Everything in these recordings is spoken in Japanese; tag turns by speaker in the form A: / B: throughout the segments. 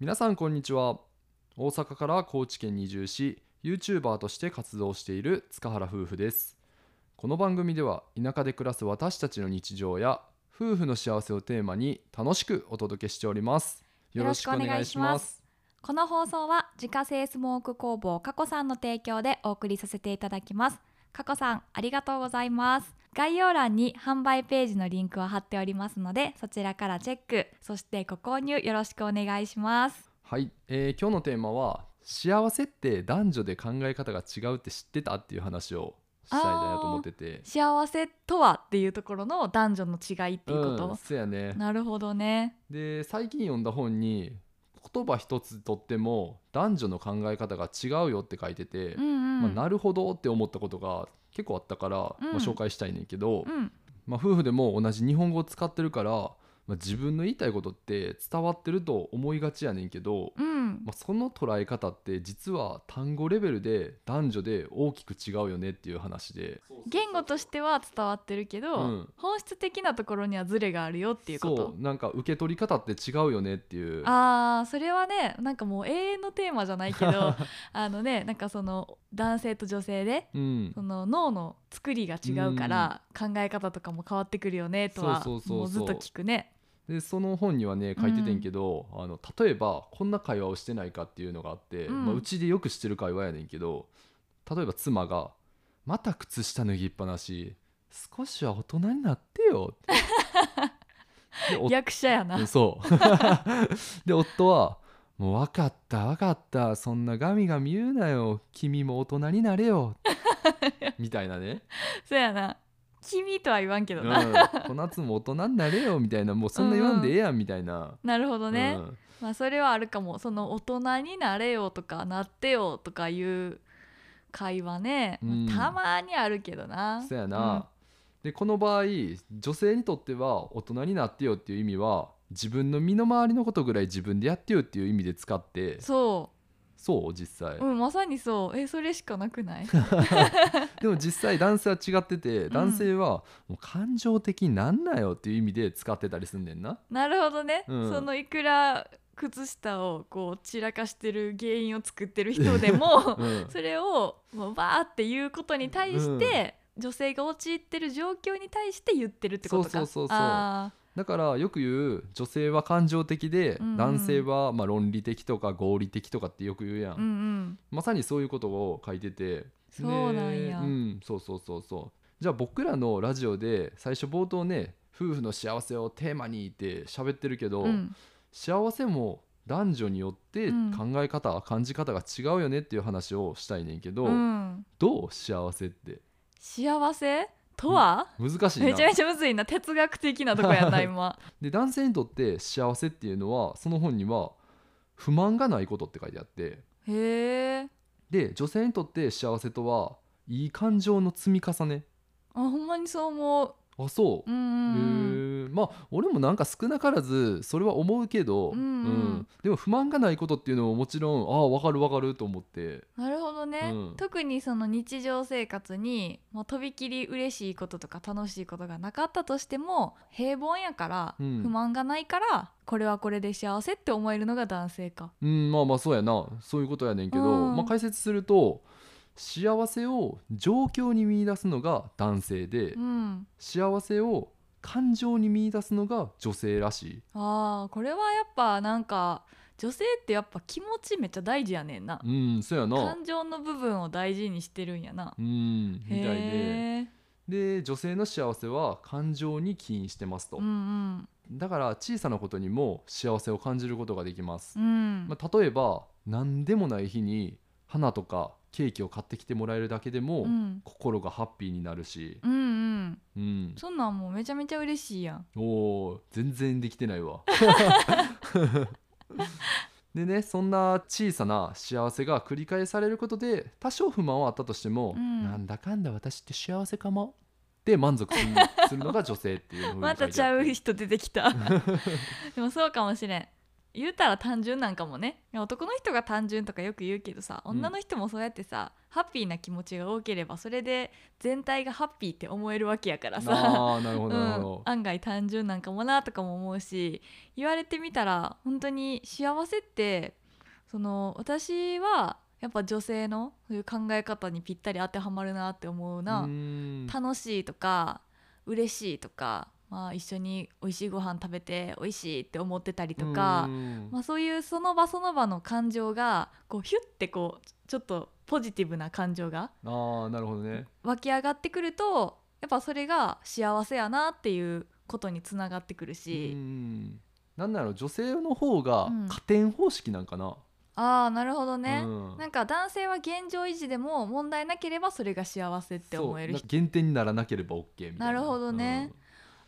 A: 皆さんこんにちは大阪から高知県に移住し YouTuber として活動している塚原夫婦ですこの番組では田舎で暮らす私たちの日常や夫婦の幸せをテーマに楽しくお届けしておりますよろしくお願いします
B: この放送は自家製スモーク工房かこさんの提供でお送りさせていただきますかこさんありがとうございます概要欄に販売ページのリンクを貼っておりますのでそちらからチェックそしてご購入よろしくお願いします
A: はい、えー今日のテーマは幸せって男女で考え方が違うって知ってたっていう話をしたいなと思ってて
B: 幸せとはっていうところの男女の違いっていうこ
A: うん、
B: と、
A: そうやね
B: なるほどね
A: で最近読んだ本に言葉一つとっても男女の考え方が違うよって書いてて、
B: うんうん、
A: まあ、なるほどって思ったことが結構あったから、
B: うん
A: まあ紹介したいねんけど、
B: うん
A: まあ、夫婦でも同じ日本語を使ってるから、まあ、自分の言いたいことって伝わってると思いがちやねんけど、
B: うん
A: まあ、その捉え方って実は単語レベルで男女で大きく違うよねっていう話で
B: 言語としては伝わってるけど、
A: うん
B: 本質的なところにはズレがあるよっていうこと
A: そうなんか受け取り方って違うよねっていう
B: あーそれはねなんかもう永遠のテーマじゃないけ どあのねなんかその男性と女性で
A: うん
B: その脳の作りが違うから考え方とかも変わってくるよねとは
A: そうそうそうそう
B: もうずっと聞くね。
A: でその本にはね書いててんけど、あの例えばこんな会話をしてないかっていうのがあって、う
B: うん
A: まあ、うちでよくしてる会話やねんけど例えば妻が「また靴下脱ぎっぱなし少しは大人になってよ」 でお
B: 役者やな。
A: そうで夫は「もう分かった分かったそんなガミガミ言うなよ君も大人になれ よ」みたいなね
B: そうやな。君とは言わんけどな。
A: うん、こ夏も大人になれよみたいなもうそんな言わんでええやんみたいな。
B: なるほどね。
A: うん
B: まあそれはあるかも。その大人になれよとかなってよとかいう会話ね、
A: うん
B: たまにあるけどな。
A: そうやな、でこの場合女性にとっては大人になってよっていう意味は自分の身の回りのことぐらい自分でやってよっていう意味で使っ
B: う
A: て
B: ん。そう。
A: そう実際、
B: うん、まさにそう。え、それしかなくない
A: でも実際男性は違ってて
B: ん
A: 男性はもう感情的になんなよっていう意味で使ってたりすんねんな
B: なるほどね。
A: うん
B: そのいくら靴下をこう散らかしてる原因を作ってる人でも
A: う、ん
B: それをもうバーっていうことに対して、女性が陥ってる状況に対して言ってるってことか。
A: そうそうそうそう
B: あ
A: だからよく言う女性は感情的で
B: うんうん
A: 男性はまあ論理的とか合理的とかってよく言うやん、
B: ーうんうん。
A: まさにそういうことを書いてて
B: そうなん
A: ね
B: や。
A: うん、そうそうそうそうじゃあ僕らのラジオで最初冒頭ね夫婦の幸せをテーマにって喋ってるけど、
B: うん
A: 幸せも男女によって
B: うん
A: 考え方、感じ方が違うよねっていう話をしたいねんけど、
B: うん、
A: どう幸せって
B: 幸せとは、
A: 難しい
B: め
A: な
B: ちゃめちゃむずいな哲学的なとこ やな今
A: で男性にとって幸せっていうのはその本には不満がないことって書いてあって
B: へえ
A: で女性にとって幸せとはいい感情の積み重ね
B: あほんまにそう思う
A: あそう
B: うんうんうん
A: へーまあ俺もなんか少なからずそれは思うけど、
B: うんうん
A: でも不満がないことっていうのももちろんああ分かる分かると思って
B: なるほどね、
A: うん
B: 特にその日常生活に、まあ、とびきり嬉しいこととか楽しいことがなかったとしても平凡やから、
A: うん
B: 不満がないからこれはこれで幸せって思えるのが男性か。
A: うんまあまあそうやなそういうことやねんけど、
B: うん
A: まあ、解説すると幸せを状況に見出すのが男性で、
B: うん、
A: 幸せを感情に見出すのが女性らしい。
B: あーこれはやっぱなんか女性ってやっぱ気持ちめっちゃ大事やねんな。
A: うんそうやな
B: 感情の部分を大事にしてるんやな。
A: うんみたいで
B: へえ。
A: で女性の幸せは感情に起因してますと、
B: うんうん
A: だから小さなことにも幸せを感じることができます
B: う、ん。
A: まあ、例えば何でもない日に花とかケーキを買ってきてもらえるだけでも、
B: うん
A: 心がハッピーになるし、
B: うんうん。
A: うん、
B: そんなんもうめちゃめちゃ嬉しいやん。
A: おー全然できてない わ。でねそんな小さな幸せが繰り返されることで多少不満はあったとしても、
B: うん
A: なんだかんだ私って幸せかもって満足するするのが女性っていうふうに書いてあ
B: ま
A: って
B: たちゃう人出てきたでもそうかもしれん言うたら単純なんかもね男の人が単純とかよく言うけどさ
A: うん
B: 女の人もそうやってさ、ハッピーな気持ちが多ければそれで全体がハッピーって思えるわけやからさ、
A: あーなるほ
B: う
A: どなるほ
B: ん、案外単純なんかもなとかも思うし言われてみたら本当に幸せってその私はやっぱ女性のそういう考え方にぴったり当てはまるなって思う
A: ど、
B: な。
A: うん
B: 楽しいとか嬉しいとか、まあ、一緒に美味しいご飯食べて美味しいって思ってたりとか
A: う、ん
B: まあ、そういうその場その場の感情がこうヒュッてこうちょっとポジティブな感情が
A: あーなるほどね
B: 湧き上がってくるとやっぱそれが幸せやなっていうことにつながってくる
A: う
B: し、
A: んなんだろう女性の方が
B: うん
A: 加点方式なんかな、
B: ああなるほどね、
A: うん
B: なんか男性は現状維持でも問題なければそれが幸せって思える
A: そうな減点にならなければ OK みたいな
B: なるほどね、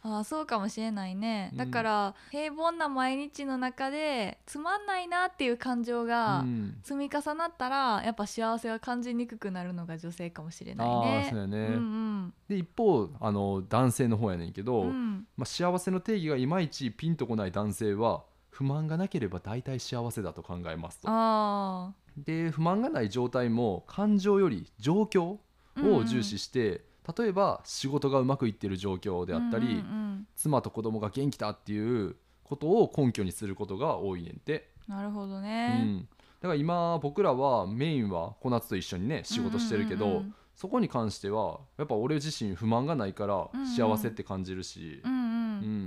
B: ああそうかもしれないね
A: うん
B: だから、平凡な毎日の中でつまんないなっていう感情
A: うん
B: が
A: うん
B: 積み重なったらやっぱ幸せは感じにくくなるのが女性かもしれない
A: ああ
B: ね。
A: そうやね、
B: うん
A: で一方あの男性の方やねんけど、
B: うんうん
A: まあ、幸せの定義がいまいちピンとこない男性は不満がなければ大体幸せだと考えますと
B: あ
A: で不満がない状態も感情より状況
B: あ
A: を重視して、例えば仕事がうまくいってる状況であったり、
B: うんうん
A: 妻と子供が元気だっていうことを根拠にすることが多いねんて、
B: うんなるほど
A: う
B: ね。
A: ん、だから今僕らはメインは小夏と一緒にね仕事してるけど、
B: うんうん
A: そこに関してはやっぱ俺自身不満がないから
B: うんうん
A: 幸せって感じるし、
B: うんうん
A: う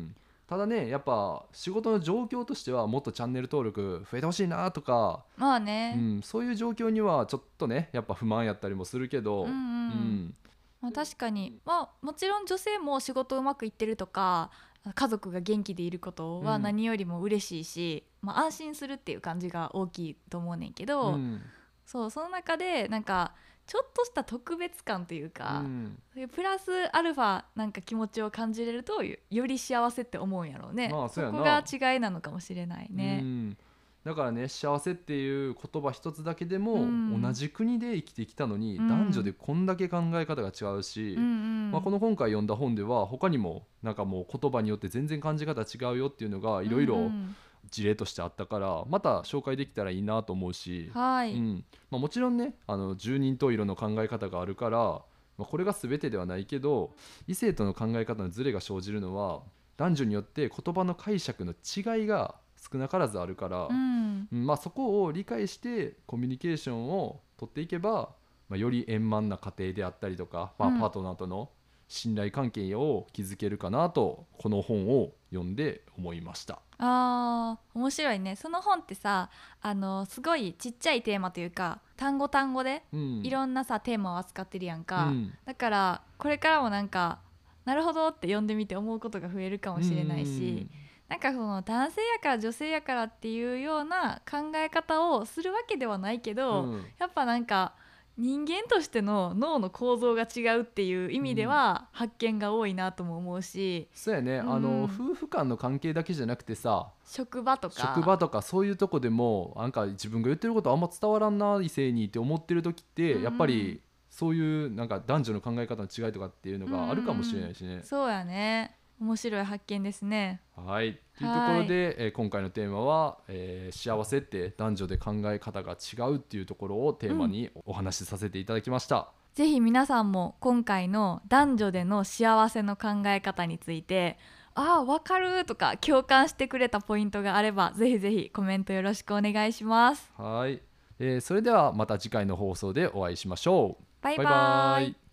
A: んただねやっぱ仕事の状況としてはもっとチャンネル登録増えてほしいなとか、
B: まあ
A: う
B: ね、
A: ん、そういう状況にはちょっとねやっぱ不満やったりもするけど、
B: うん
A: う
B: うん
A: ん
B: まあ、確かに、まあ、もちろん女性も仕事うまくいってるとか家族が元気でいることは
A: うん
B: 何よりも嬉しいし、まあ、安心するっていう感じが大きいと思うねんけど、
A: うん
B: そうその中でなんかちょっとした特別感というか、
A: うん
B: そういうプラスアルファなんか気持ちを感じれるとよより幸せって思うんやろうね、
A: まあそうや
B: こ
A: な
B: こが違いなのかもしれないね。
A: うんだからね幸せっていう言葉一つだけでも、
B: うん
A: 同じ国で生きてきたのに、
B: うん
A: 男女でこんだけ考え方が違うし、
B: うんうん
A: まあ、この今回読んだ本では他にもなんかもう言葉によって全然感じ方違うよっていうのがいろい
B: うんう
A: ろ
B: ん
A: 事例としてあったからまた紹介できたらいいなと思うし、
B: は
A: う
B: い、
A: んまあ、もちろんねあの十人十色の考え方があるから、まあ、これが全てではないけど異性との考え方のズレが生じるのは男女によって言葉の解釈の違いが少なからずあるから、
B: うん
A: うんまあ、そこを理解してコミュニケーションを取っていけば、まあ、より円満な家庭であったりとか、まあ
B: うん
A: パートナーとの信頼関係を築けるかなとこの本を読んで思いました。
B: あー面白いねその本ってさあのすごいちっちゃいテーマというか単語単語で
A: うん、
B: いろんなさ、テーマを扱ってるやんか、
A: うん
B: だからこれからもなんかなるほどって読んでみて思うことが増えるかもしれないし、なんかその男性やから女性やからっていうような考え方をするわけではないけ
A: う
B: ど、
A: んうん
B: やっぱなんか人間としての脳の構造が違うっていう意味では発見が多いなとも思うし
A: そうやね、
B: うん
A: あの夫婦間の関係だけじゃなくてさ
B: 職場とか
A: 職場とかそういうとこでもなんか自分が言ってることあんま伝わらんな異性にって思ってる時って、
B: うん
A: やっぱりそういうなんか男女の考え方の違いとかっていうのがあるかもしれないしね。
B: そうやね面白い発見ですね
A: はいというところで、えー今回のテーマは、えー幸せって男女で考え方が違う」っていうところをテーマにお話しさせていただきました。
B: ぜひ皆さんも今回の男女での幸せの考え方についてああわかるとか共感してくれたポイントがあればぜひぜひコメントよろしくお願いします
A: はい、えーそれではまた次回の放送でお会いしましょう。
B: バイバイ
A: バイバイ